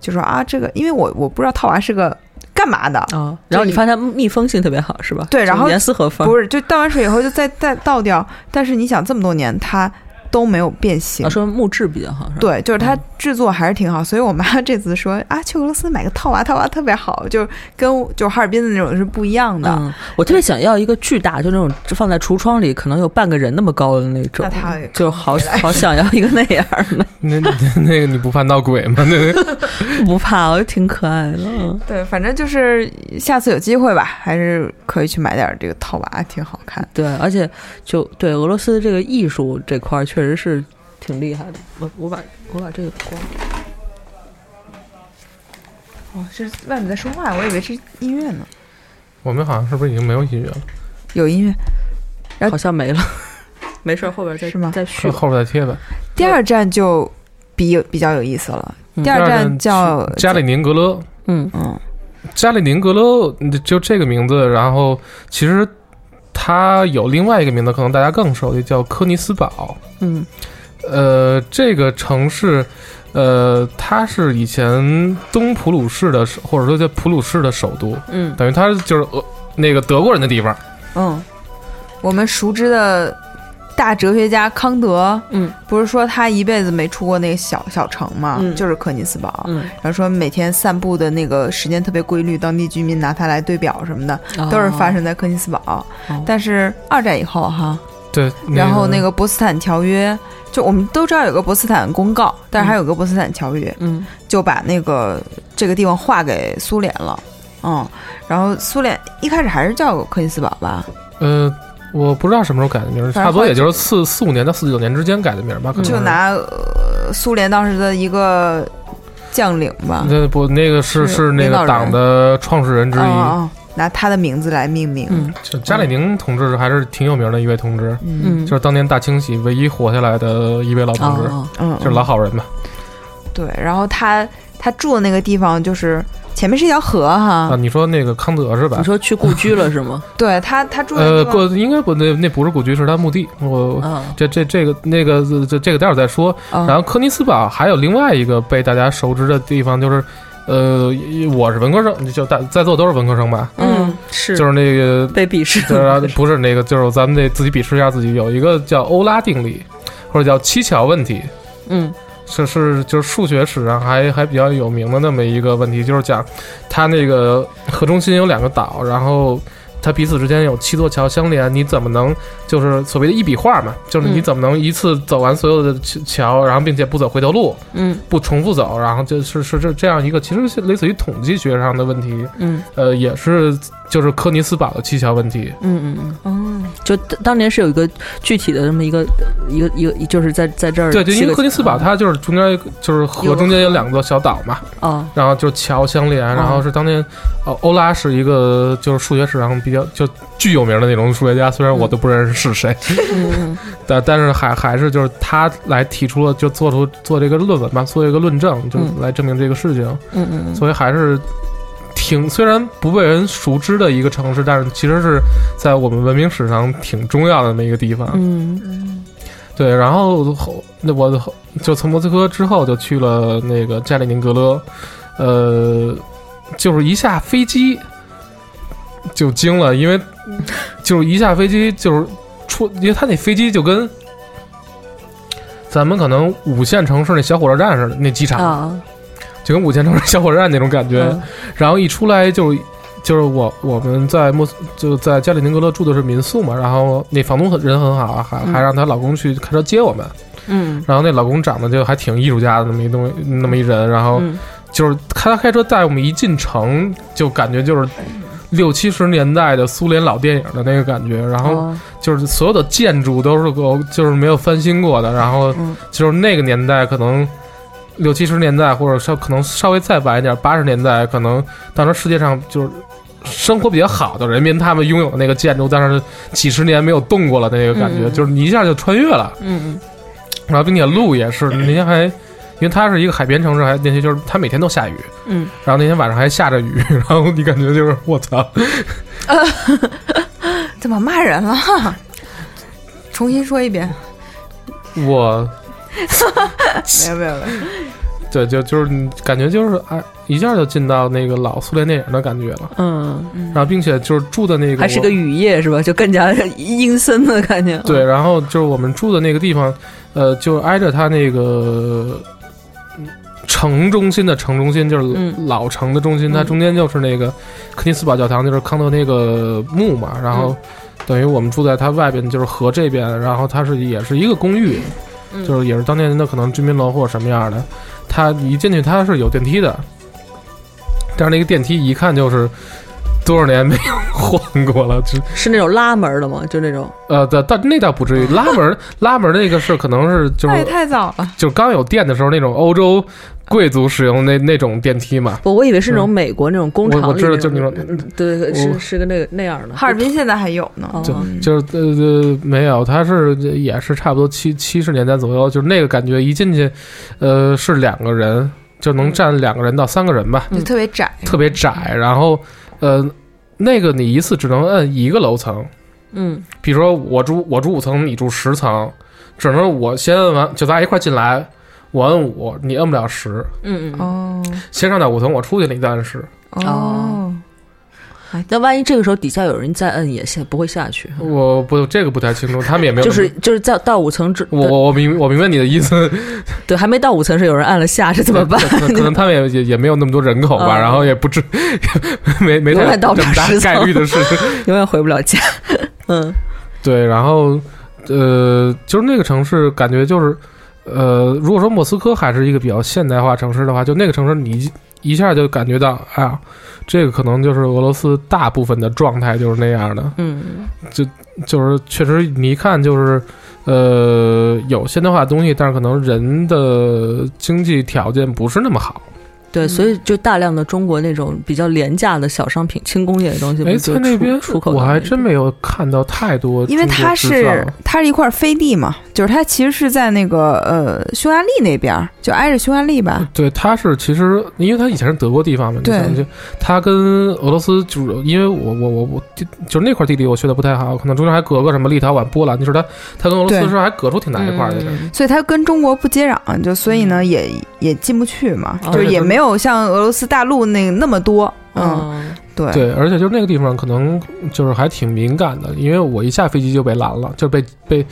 就说啊，这个因为我我不知道套娃是个干嘛的，
啊，然后你发现它密封性特别好是吧？
对然后
就严丝合缝，
不是就倒完水以后就再再倒掉，但是你想这么多年它都没有变形
啊，。嗯说木质比较好，是吧，
对，就是它制作还是挺好，所以我妈 这次说啊，去俄罗斯买个套娃，套娃特别好，就是跟就是哈尔滨的那种是不一样的。
嗯，我特别想要一个巨大，就那种放在橱窗里可能有半个人那么高的那种
那它，
就好好想要一个那样的，
那那那个你不怕闹鬼吗？那个
不怕，我觉得挺可爱的。嗯
对，反正就是下次有机会吧，还是可以去买点这个套娃，挺好看。
对，而且就对俄罗斯的这个艺术这块儿，确实是挺厉害的。我我把我把这个关了。
哦，这是外面在说话，我以为是音乐呢，
我们好像是不是已经没有音乐了？
有音乐。
哎
好像没了， 没事儿，后边再
是吗
再续吧。
后边再贴吧。
第二站就比比较有意思了，
嗯
第二站叫
加里宁格勒，
嗯
嗯
加里宁格勒就这个名字，然后其实它有另外一个名字，可能大家更熟悉，叫科尼斯堡。
嗯
呃，这个城市，呃，它是以前东普鲁士的，或者说叫普鲁士的首都，
嗯，
等于它就是俄那个德国人的地方。
嗯，我们熟知的大哲学家康德，
嗯，
不是说他一辈子没出过那个小小城嘛，
嗯
就是柯尼斯堡，
嗯
然后说每天散步的那个时间特别规律，当地居民拿它来对表什么的，
嗯
都是发生在柯尼斯堡。
哦
但是二战以后哈，
对，
然后那个波茨坦条约，就我们都知道有个波茨坦公告，但是还有个波茨坦条约，
嗯
就把那个这个地方划给苏联了。嗯，然后苏联一开始还是叫柯尼斯堡吧，
呃，我不知道什么时候改的名儿，
反正
差不多
换
也就是四四五年到四九年之间改的名儿吧，可能
就是拿、呃苏联当时的一个将领吧，
那不那个是
是
是那
领导人
个党的创始人之
哦
一，
哦，拿他的名字来命名。
嗯
就加里宁同志还是挺有名的一位同志，
嗯
嗯，
就是当年大清洗唯一活下来的一位老同志，
哦，
嗯，
就是老好人吧。
对，然后他他住的那个地方就是前面是一条河哈，
啊，你说那个康德是吧
你？说去故居了是吗？
对他他住的
呃，
地方、
过应该不，那那不是故居，是他墓地。 我
啊，
这这这个那个这这个待会儿再说。
嗯
然后科尼斯堡还有另外一个被大家熟知的地方，就是呃，我是文科生，就大在座都是文科生吧？
嗯，是
就是那个
被鄙视
就是啊不是那个，就是咱们得自己鄙视一下自己。有一个叫欧拉定理，或者叫七巧问题，
嗯
是是就是数学史上还还比较有名的那么一个问题，就是讲它那个河中心有两个岛，然后它彼此之间有七座桥相连，你怎么能就是所谓的一笔画嘛？就是你
嗯
怎么能一次走完所有的桥桥，然后并且不走回头路，
嗯
不重复走，然后就是是这这样一个其实是类似于统计学上的问题，
嗯
呃，也是就是科尼斯堡的七巧问题。
嗯嗯嗯，
嗯
就当当年是有一个具体的这么一个一个一个，就是在在这儿啊
对，就因
七
为
个
柯尼斯堡它就是中间就是河中间有两座小岛嘛，
啊
然后就是桥相连，然后是当年，呃，欧拉是一个就是数学史上比较就巨有名的那种数学家，虽然我都不认识是谁，
嗯嗯
但但是还还是就是他来提出了就做出做这个论文嘛，做一个论证，就是
嗯
来证明这个事情，
嗯嗯
所以还是。挺虽然不被人熟知的一个城市，但是其实是在我们文明史上挺重要的那么一个地方。
嗯
嗯
对，然后后那我后就从莫斯科之后就去了那个加里宁格勒，呃，就是一下飞机就惊了，因为就是一下飞机就是出，因为他那飞机就跟咱们可能五线城市那小火车站似的，那机
嗯
场、
啊
就跟五线城市小火车站那种感觉，
嗯
然后一出来就就是我我们在莫斯就在加里宁格勒住的是民宿嘛，然后那房东很人很好啊，还
嗯
还让她老公去开车接我们，
嗯
然后那老公长得就还挺艺术家的那么一东西那么一人，然后
嗯
就是开他开车带我们一进城，就感觉就是六七十年代的苏联老电影的那个感觉，然后
哦
就是所有的建筑都是个就是没有翻新过的，然后
嗯
就是那个年代可能。六七十年代，或者稍可能稍微再晚一点，八十年代，可能当时世界上就是生活比较好的人民，他们拥有那个建筑，但是几十年没有动过了那个感觉，
嗯嗯
就是你一下就穿越了。
嗯嗯
然后并且路也是那天还，因为它是一个海边城市，还那天就是它每天都下雨，
嗯，
然后那天晚上还下着雨， 然后你感觉就是 我操，
怎么骂人 了？重新说一遍，
我
没有没有没有，
对就就是你感觉就是哎，一下就进到那个老苏联电影的感觉了。
嗯，
然后并且就是住的那个
还是
我
个雨夜是吧？就更 加阴森的感觉。
对，然后就是我们住的那个地方，呃，就挨着它那个嗯城中心的城中心，就是
嗯
老城的中心，它
嗯
中间就是那个柯尼斯堡教堂，就是康德那个墓嘛。然
嗯
后等于我们住在它外边，就是河这边，然后它是也是一个公寓，
嗯
就是也是当年的可能居民楼或者什么样的。它一进去它是有电梯的，但是那个电梯一看就是多少年没有 换过了，就是
那种拉门的吗？就那种
呃，但但那倒不至于，拉门儿拉门儿那个是可能是就
那也
是
太早了。
就是刚有电的时候那种欧洲贵族使用那那种电梯嘛。
不，我以为是那种美国那种工厂
嗯我我知道
里那
就那
种
种
对对，
我
是是个那个那样的。
哈尔滨现在还有呢，
哦
就就是呃呃没有，它是也是差不多七七十年代左右，就是那个感觉，一进去，呃是两个人，就能站两个人到三个人吧，
嗯
就特别窄。
特别窄。然后呃那个你一次只能摁一个楼层，
嗯
比如说我住我住五层，你住十层，只能我先摁完，就咱俩一块进来，我摁五，你摁不了十，
嗯嗯。
哦
先上到五层，我出去了，你再按十。
哦，
那万一这个时候底下有人再摁，也下不会下去。
我不这个不太清楚，他们也没有。
就是就是在到五层之，
我我我明我明白你的意思，
对，还没到五层是有人按了下，这怎么办？
可 可可能他们也也也没有那么多人口吧，
嗯
然后也不知 没没
永
太
远到不
这
了
么大
十层
概率的事情。
永远回不了家。 嗯
对，然后呃，就是那个城市感觉就是呃，如果说莫斯科还是一个比较现代化城市的话，就那个城市你一下就感觉到啊，这个可能就是俄罗斯大部分的状态就是那样的，
嗯，
就是确实你一看就是，呃，有现代化的东西，但是可能人的经济条件不是那么好。
对，所以就大量的中国那种比较廉价的小商品、轻工业的东西，
哎，
不
在
就
那
出
边
出口到
我
那边？
还真没有看到太多中
因
国
为
制造，
它是它是一块飞地嘛，就是它其实是在那个呃匈牙利那边儿，就挨着匈牙利吧。
对，它是其实，因为它以前是德国地方嘛，
对
你想就它跟俄罗斯就是，因为我我我我地就是那块地理我学的不太好，可能中间还隔个什么立陶宛、波兰，就是它它跟俄罗斯
对
是还隔出挺大一块儿的。
嗯
所以它跟中国不接壤，就所以
嗯
呢也也进不去嘛，
哦
就是也没有像俄罗斯大陆那那么多，嗯，
嗯，
对，
对，而且就是那个地方可能就是还挺敏感的，因为我一下飞机就被拦了，就被被，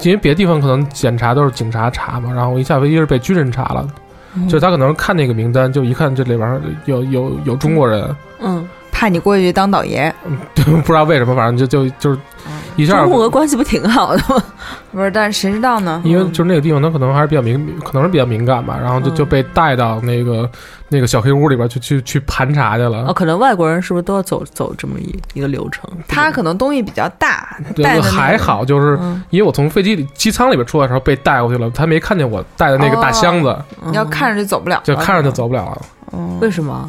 因为别的地方可能检查都是警察查嘛，然后我一下飞机是被军人查了，
嗯
嗯就是他可能看那个名单，就一看这里边儿有有有中国人，
嗯，
怕你过去当导爷，
不知道为什么，反正就就就是
嗯
一下
中俄关系不挺好的吗？
不是，但是谁知道呢？
因为就是那个地方，它可能还是比较敏，可能是比较敏感吧，然后就
嗯
就被带到那个那个小黑屋里边去去去盘查去
啊，
哦
了。
可能外国人是不是都要走走这么一一个流程？
他可能东西比较大，
对
带的那个
还好，就是
嗯
因为我从飞机里机舱里边出来的时候被带过去了，他没看见我带的那
哦
个大箱子，
嗯
要看着就走不了了，
就看着就走不了了。
嗯。
为什么？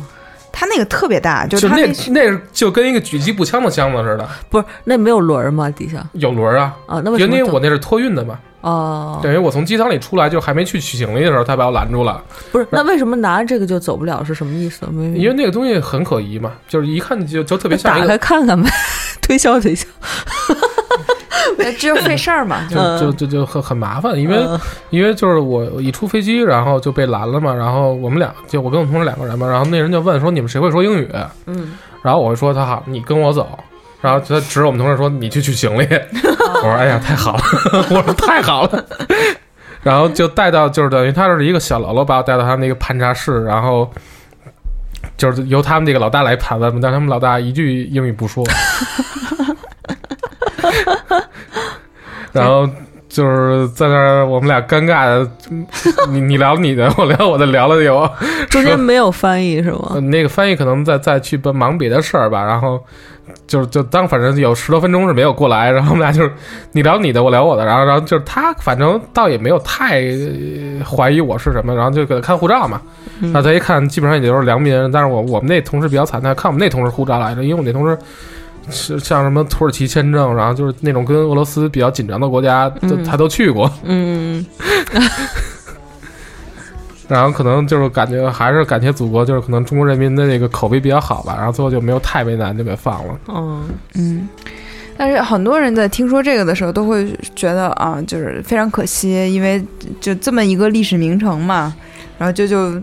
他那个特别大，就
就是
他
那
那
那是就跟一个狙击步枪的箱子似的，
不是那没有轮儿吗？底下
有轮儿啊。
啊，那为什
因
么
为
就？
我那是托运的嘛，
哦，
等于我从机舱里出来就还没去取行李的时候，他把我拦住了。
不是，那为什么拿着这个就走不了？是什么意思？没
因为那个东西很可疑嘛，就是一看就就特别像
嗯
一
打开
个
看看呗， 推销推销。
那这就呃费事儿 嘛，就
就就就就很很麻烦，因为、
嗯
因为就是我一出飞机，然后就被拦了嘛，然后我们俩就我跟我同事两个人嘛，然后那人就问说你们谁会说英语？啊
嗯，
然后我就说他好，你跟我走。然后他指着我们同事说：“你去取行李。” 我说：“哎呀，太好了！” 我说：“太好了。”然后就带到，就是等于他是一个小喽啰，把我带到他那个盘查室，然后就是由他们这个老大来盘问嘛，但他们老大一句英语不说。 然后就是在那儿，我们俩尴尬的，你你聊你的，我聊我的，聊了有
中间没有翻译是吗
呃，？那个翻译可能在在去奔忙别的事儿吧，然后就是就当反正有十多分钟是没有过来，然后我们俩就是你聊你的，我聊我的，然后然后就是他反正倒也没有太呃怀疑我是什么，然后就给他看护照嘛，
嗯
然后他一看基本上也就是良民，但是我我们那同事比较惨，他看我们那同事护照来着，因为我们那同事。是像什么土耳其签证，然后就是那种跟俄罗斯比较紧张的国家，都、
嗯
他都去过，
嗯，
然后可能就是感觉还是感谢祖国，就是可能中国人民的那个口碑比较好吧，然后最后就没有太为难，就给放了。
嗯，
嗯。但是很多人在听说这个的时候，都会觉得啊，就是非常可惜，因为就这么一个历史名城嘛，然后就就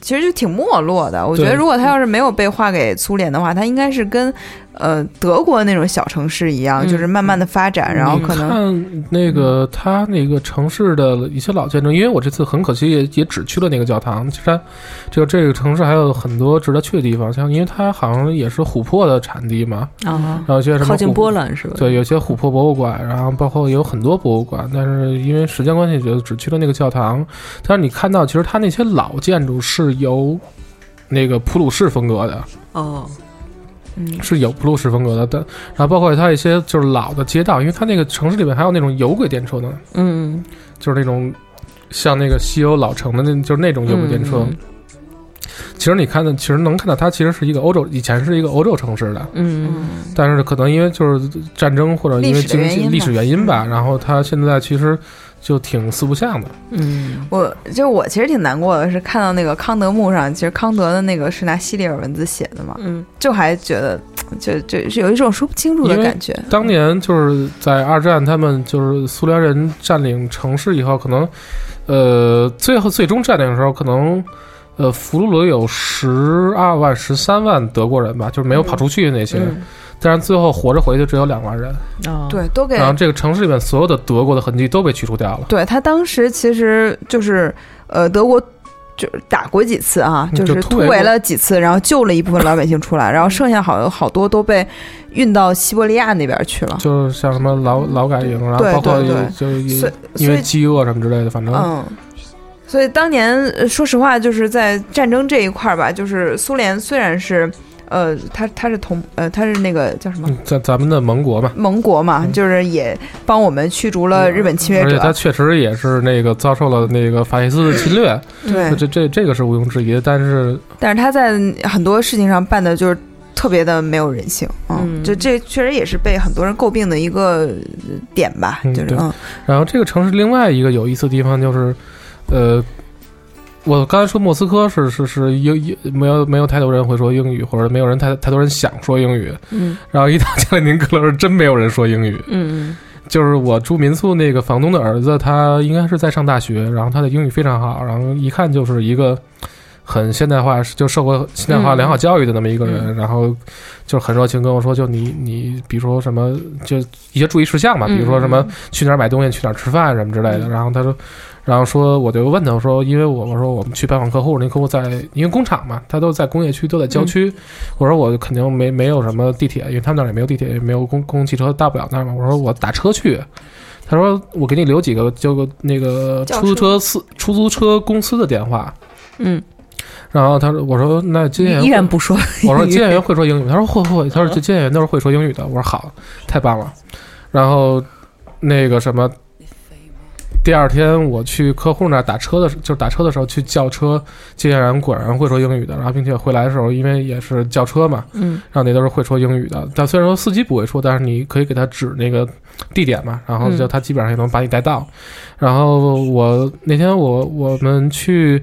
其实就挺没落的。我觉得
对
如果他要是没有被划给苏联的话，他应该是跟呃德国那种小城市一样，
嗯
就是慢慢的发展，
哦
然后可
嗯
能
看那个他那个城市的一些老建筑，因为我这次很可惜也也只去了那个教堂，其实它就这个城市还有很多值得去的地方，像因为它好像也是琥珀的产地嘛，
啊，
然后一些什么
靠近
琥
波兰是吧？
对，有些琥珀博物馆，然后包括有很多博物馆，但是因为时间关系，就只去了那个教堂。但是你看到，其实它那些老建筑是由那个普鲁士风格的，
哦，
嗯
是有普鲁士风格的，但然后包括它一些就是老的街道，因为它那个城市里面还有那种有轨电车呢，
嗯，
就是那种像那个西欧老城的那，就是那种有轨电车。
嗯
其实你看的，其实能看到它其实是一个欧洲，以前是一个欧洲城市的，
嗯
但是可能因为就是战争或者因为经
历史的原因吧
济
嗯
历史原因吧，然后它现在其实就挺四不像的。
嗯，
我就是我其实挺难过的，是看到那个康德墓上，其实康德的那个是拿希里尔文字写的嘛，
嗯，
就还觉得就就是有一种说不清楚的
因为
感觉。
当年就是在二战，他们就是苏联人占领城市以后，可能呃最后最终占领的时候，可能呃俘虏了有十二万、十三万德国人吧，就是没有跑出去的那些，
嗯
但是最后活着回去只有两万人。
哦，
对，都给
嗯然后这个城市里面所有的德国的痕迹都被去除掉了。
对他当时其实就是呃德国。就是打过几次啊，
嗯
就是
就
突
突围
围
过
了几次，然后救了一部分老百姓出来，然后剩下好好多都被运到西伯利亚那边去了。
就是像什么劳劳改营，然后
哦对
包括
对
有
对
就
所
是
所
因为
以
饥饿什么之类的，反正
嗯，所以当年呃说实话，就是在战争这一块儿吧，就是苏联虽然是，呃，它它是同呃它是那个叫什么
嗯咱咱们的盟国嘛，
盟国嘛，就是也帮我们驱逐了日本侵略
嗯而且它
者，
确实也是那个遭受了那个法西斯的侵略，
对，
这这这个是毋庸置疑的。但是
但是他在很多事情上办的就是特别的没有人性，嗯，
嗯
就这确实也是被很多人诟病的一个呃点吧，
嗯
就是
对
嗯
然后这个城市另外一个有意思的地方就是，呃，我刚才说莫斯科是是是英英没有没有太多人会说英语，或者没有人太太多人想说英语。
嗯
然后一到加里宁格勒，真没有人说英语。
嗯
就是我住民宿那个房东的儿子，他应该是在上大学，然后他的英语非常好，然后一看就是一个很现代化，就受过现代化
嗯
良好教育的那么一个人，然后就是很热情跟我说，就你你比如说什么，就一些注意事项嘛，
嗯
比如说什么去哪儿买东西，去哪儿吃饭什么之类的。然后他说，然后说我就问他，我说因为我我说我们去拜访客户，那客户在因为工厂嘛，他都在工业区，都在
嗯
郊区，我说我肯定没没有什么地铁，因为他们那儿也没有地铁，也没有公公共汽车，到不了那儿嘛。我说我打车去，他说我给你留几个就个那个
轿
出租车司出租车公司的电话。
嗯，
然后他说我说那接线员
依然不嗯说英语，
我说接线员会说英语，他说会会，他说这接线员都是会说英语的。我说好，太棒了。然后那个什么，第二天我去客户那儿打车的时候，就是打车的时候去叫车，接线员果然会说英语的。然后并且回来的时候，因为也是叫车嘛，
嗯，
然后那都是会说英语的。但虽然说司机不会说，但是你可以给他指那个地点嘛，然后就
嗯
他基本上也能把你带到。然后我那天我我们去。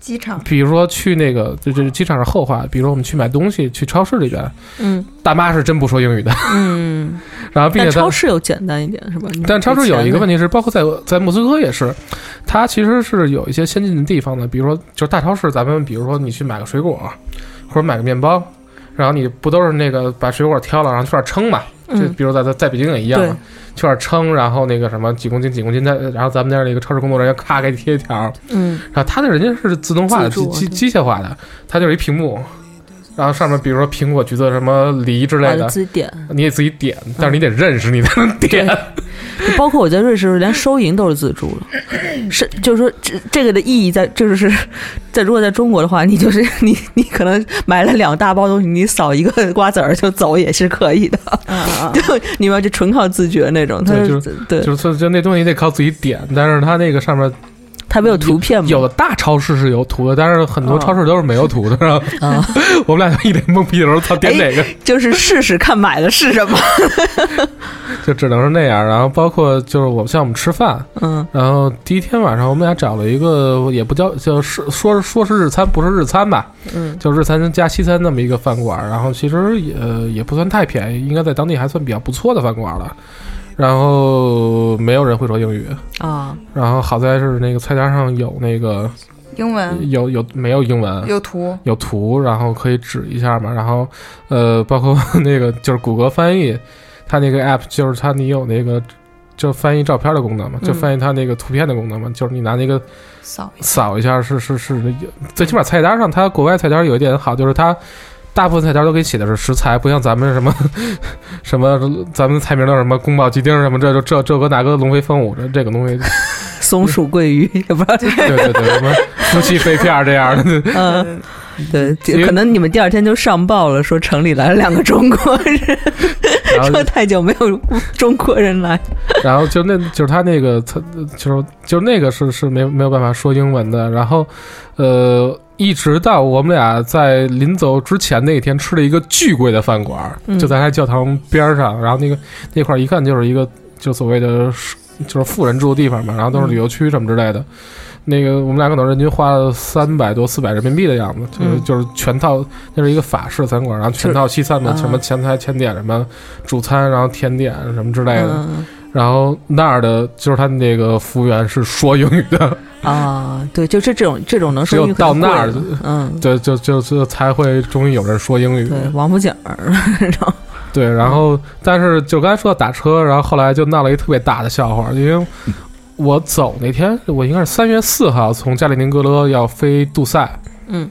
机场
比如说去那个，这这机场是后话。比如说我们去买东西，去超市里边，
嗯
大妈是真不说英语的。
嗯，
然后，并
但
且
超
她，
市又简单一点是吧？
但超市有一个问
题，
题是，包括在在莫斯科也是，它其实是有一些先进的地方的。比如说，就是大超市，咱们比如说你去买个水果，或者买个面包，然后你不都是那个把水果挑了，然后去那儿称嘛？就
嗯
比如在在在北京也一样
对
嘛，去那儿称，然后那个什么几公斤几公斤，再然后咱们那儿那个超市工作人员咔给你贴一条，
嗯
然后他那人家是自动化的、
自
机
助
机
对
机械化的，它就是一屏幕，然后上面比如说苹果、橘子、什么梨之类
完了
的，
自己点，
你得自己点，
嗯
但是你得认识你才能点。
就包括我在瑞士，连收银都是自助的，是就是说这这个的意义在，这就是 在如果在中国的话，你就是你你可能买了两大包东西，你扫一个 瓜子儿就走也是可以的，
啊，
就你们就纯靠自觉那种，它
对
是对，
就是就就那东西你得靠自己点，但是它那个上面
它没有图片嘛，
有的大超市是有图的，但是很多
哦
超市都是没有图的。然后
啊，
我们俩就一脸懵逼的时候，操，点
哎
哪个？
就是试试看买的是什么，
就只能是那样。然后包括就是我像我们吃饭，
嗯
然后第一天晚上我们俩找了一个也不叫就是说说是日餐不是日餐吧，
嗯
就日餐加西餐那么一个饭馆，然后其实也呃也不算太便宜，应该在当地还算比较不错的饭馆了。然后没有人会说英语，
啊，
然后好在是那个菜单上有那个
英
嗯
文
有有没有英文。
有图，
有图，然后可以指一下嘛。然后，呃，包括 那个就是谷歌翻译，它那个 app 就是它你有那个就翻译照片的功能嘛，就
嗯
翻译它那个图片的功能嘛，就是你拿那个
扫一下，
扫一下是是是，最起码菜单上，它国外菜单有一点好，就是它大部分菜单都给写的是食材，不像咱们什么 什么咱们菜名都是什么宫保鸡丁什么这就这这个那个龙飞凤舞这这个东西，
松鼠桂鱼 也不知道，
对对对，什么夫妻肺片儿这样的，
嗯，对，
因为
可能你们第二天就上报了，说城里来了两个中国人，
然后
说太久没有中国人来，
然后就那就是他那个他就是就是那个是是没没有办法说英文的，然后呃。一直到我们俩在临走之前那一天吃了一个巨贵的饭馆，
嗯
就在他教堂边儿上，然后那个那块儿一看就是一个就所谓的就是富人住的地方嘛，然后都是旅游区什么之类的。那个我们俩可能人均花了三百多四百人民币的样子，就是、
嗯
就是全套，那是一个法式餐馆，然后全套西餐的
啊
什么前菜、前点什么主餐，然后甜点什么之类的。
嗯
然后那儿的就是他那个服务员是说英语的，
啊，对，就是这种这种能 说
只有
英语可能
到那儿
贵了嗯，
就就就就才会终于有人说英语。
对，王府井儿，然后
对，然后但是就刚才说到打车，然后后来就闹了一特别大的笑话，因为我走那天我应该是三月四号从加里宁格勒要飞杜塞，
嗯，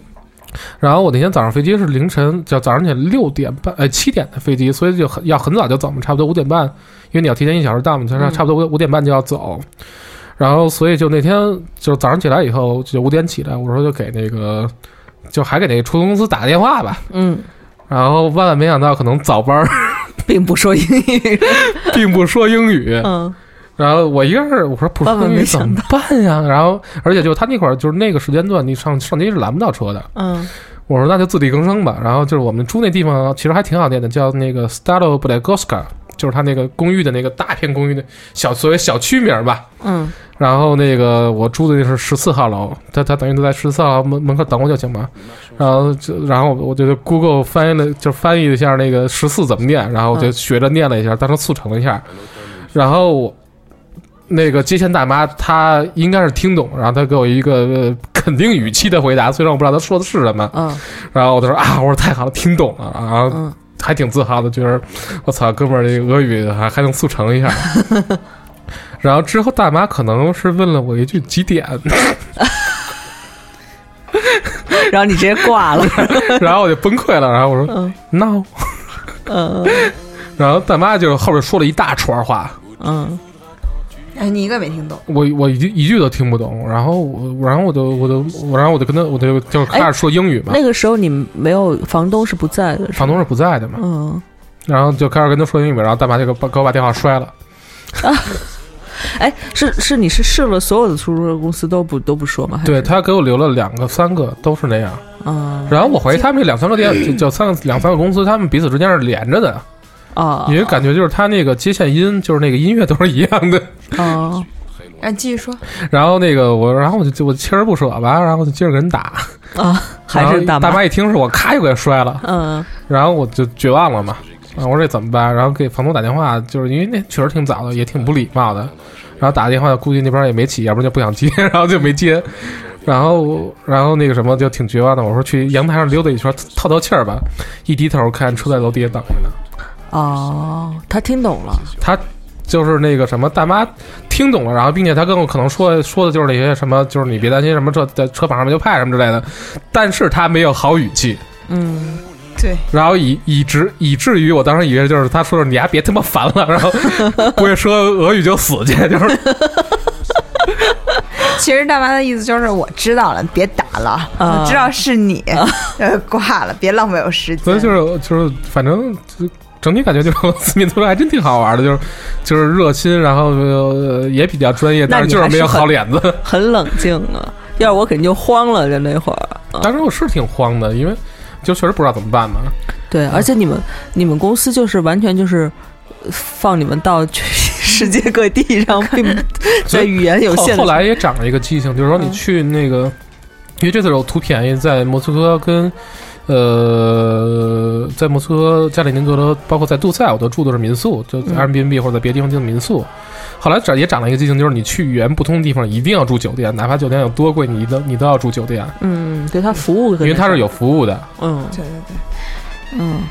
然后我那天早上飞机是凌晨，就早上起来六点半呃七点的飞机，所以就很要很早就走嘛，差不多五点半，因为你要提前一小时到嘛，就是
嗯
差不多五五点半就要走。然后所以就那天就是早上起来以后就五点起来，我说就给那个就还给那个出租公司打电话吧。
嗯，
然后万万没想到，可能早班儿
并不说英语，
并不说英语，
嗯，
然后我一个人我说不说
万万
英
没
语怎
想
么办呀？然后而且就他那会儿就是那个时间段，你上上街是拦不到车的。
嗯
我说那就自力更生吧。然后就是我们住那地方其实还挺好念的，叫那个 Stalo b l a g o s k a 就是他那个公寓的那个大片公寓的小所谓小区名儿吧。
嗯
然后那个我住的那是十四号楼，他他等于都在十四号楼门门口等我就行嘛。然后就然后我就 Google 翻译了，就翻译了一下那个十四怎么念，然后我就
嗯
学着念了一下，当成速成了一下。然后我那个接线大妈她应该是听懂，然后她给我一个呃肯定语气的回答，虽然我不知道她说的是什么。
嗯
然后我就说啊，我说太好了，听懂了，啊然后
嗯，
还挺自豪的，觉得我操，哥们儿这个俄语还还能速 成一下。然后之后大妈可能是问了我一句几 点，
然后你直接挂了，
然后我就崩溃了，然后我说、
嗯
no，
嗯
然后大妈就后边说了一大串话，
嗯
哎，你一个没听懂。
我我一句一句都听不懂，然后我然后我就我就我然后我就跟他我就就开始说英语嘛，
那个时候你没有房东是不在的，是吧
房东是不在的嘛，
嗯，
然后就开始跟他说英语，然后大妈就给我把给我把电话摔了。
哎，是是你是试了所有的出租车公司都不都不说吗？还是
对，他给我留了两个、三个，都是那样。
嗯
然后我怀疑他们这两三个店，就就三个两三个公司，他们彼此之间是连着的，
啊
你就感觉就是他那个接线音，就是那个音乐都是一样的。
啊
哎，继续说。
然后那个我，然后我就我锲而不舍吧，然后我就接着给人打，
啊，还
然后
是大
大妈一听是我，咔就给摔了，
嗯
然后我就绝望了嘛。啊，我说这怎么办？然后给房东打电话，就是因为那确实挺早的，也挺不礼貌的。然后打个电话，估计那边也没起，要不然就不想接， 然后就没接。然后，然后那个什么就挺绝望的。我说去阳台上溜达一圈，透透气儿吧。一低头看车在楼底下等着呢。
哦，他听懂了，
他就是那个什么大妈听懂了，然后并且他跟我可能说说的就是那些什么，就是你别担心什么这在车榜上面就派什么之类的，但是他没有好语气，
嗯
对，
然后以以至以至于我当时以为就是他说是你丫别他妈烦了，然后不会说俄语就死去， 就是
其实大妈的意思就是我知道了，别打了，
啊
我知道是你，呃，挂了，别浪费我时
所
间。
以就是就是反正就整体感觉就是俄罗斯民族还真挺好玩的，就是就是热心，然后、呃、也比较专业，
那
但
你
是就是没有
还是很
好脸子。
很冷静啊，要是我肯定就慌了，就那会儿。
当时我是挺慌的，因为就确实不知道怎么办嘛。
对，而且你们你们公司就是完全就是呃放你们到去世界各地，然后 并不
嗯所
在
以
语言有
后
限
哦
嗯
后
的。
来也长了一个记性，就是说你去那个，因为这次我图便宜，在莫斯科跟呃，在莫斯科、加里宁格勒，包括在杜塞，我都住的是民宿，就
嗯
Airbnb 或者在别的地方订的民宿。后来长也长了一个记性，就是你去语言不通的地方一定要住酒店，哪怕酒店有多贵，你都你都要住酒店，
嗯，对他服务肯定，
因为它是有服务的。
嗯
对对对，
嗯，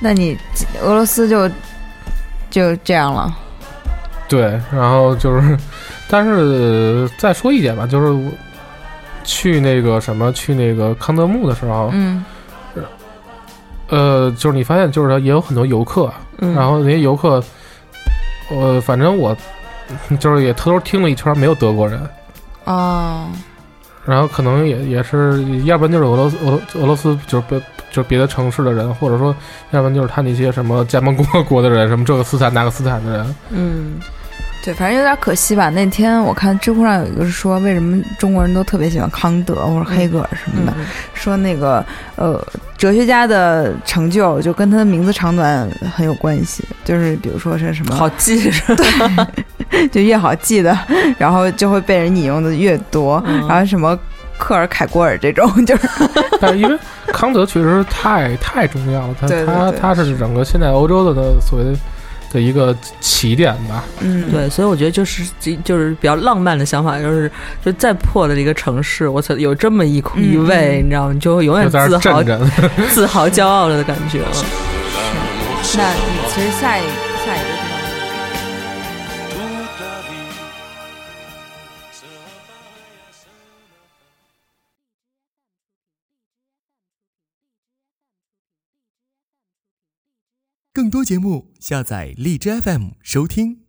那你俄罗斯就就这样了。
对，然后就是， 但是再说一点吧，就是我去那个什么，去那个康德墓的时候，
嗯，
呃，就是你发现，就是也有很多游客，
嗯
然后那些游客，呃，反正我就是也偷偷听了一圈，没有德国人，
哦，
然后可能也也是，要不然就是俄罗斯俄罗俄罗斯就是别就是别的城市的人，或者说，要不然就是他那些什么加盟共和国的人，什么这个斯坦那个斯坦的人，
嗯
对，反正有点可惜吧。那天我看知乎上有一个是说，为什么中国人都特别喜欢康德或者黑格尔什么的，
嗯
说那个呃哲学家的成就就跟他的名字长短很有关系，就是比如说是什
嗯
么
嗯
好记是吧？
就越好记的，然后就会被人引用的越多，
嗯
然后什么克尔凯郭尔这种，就是
但是因为康德确实太太重要了，他
对对
他
对
他是整个现在欧洲的的所谓的的一个起点吧，
嗯，
对，所以我觉得就是就是比较浪漫的想法，就是就再破的一个城市，我操，有这么一
嗯
一位，
嗯
你知道吗？你就会永
就
远
在
自
那儿
豪
站着。
自豪骄傲了的感觉。
那其实下一下一个地方。
更多节目，下载荔枝 FM 收听。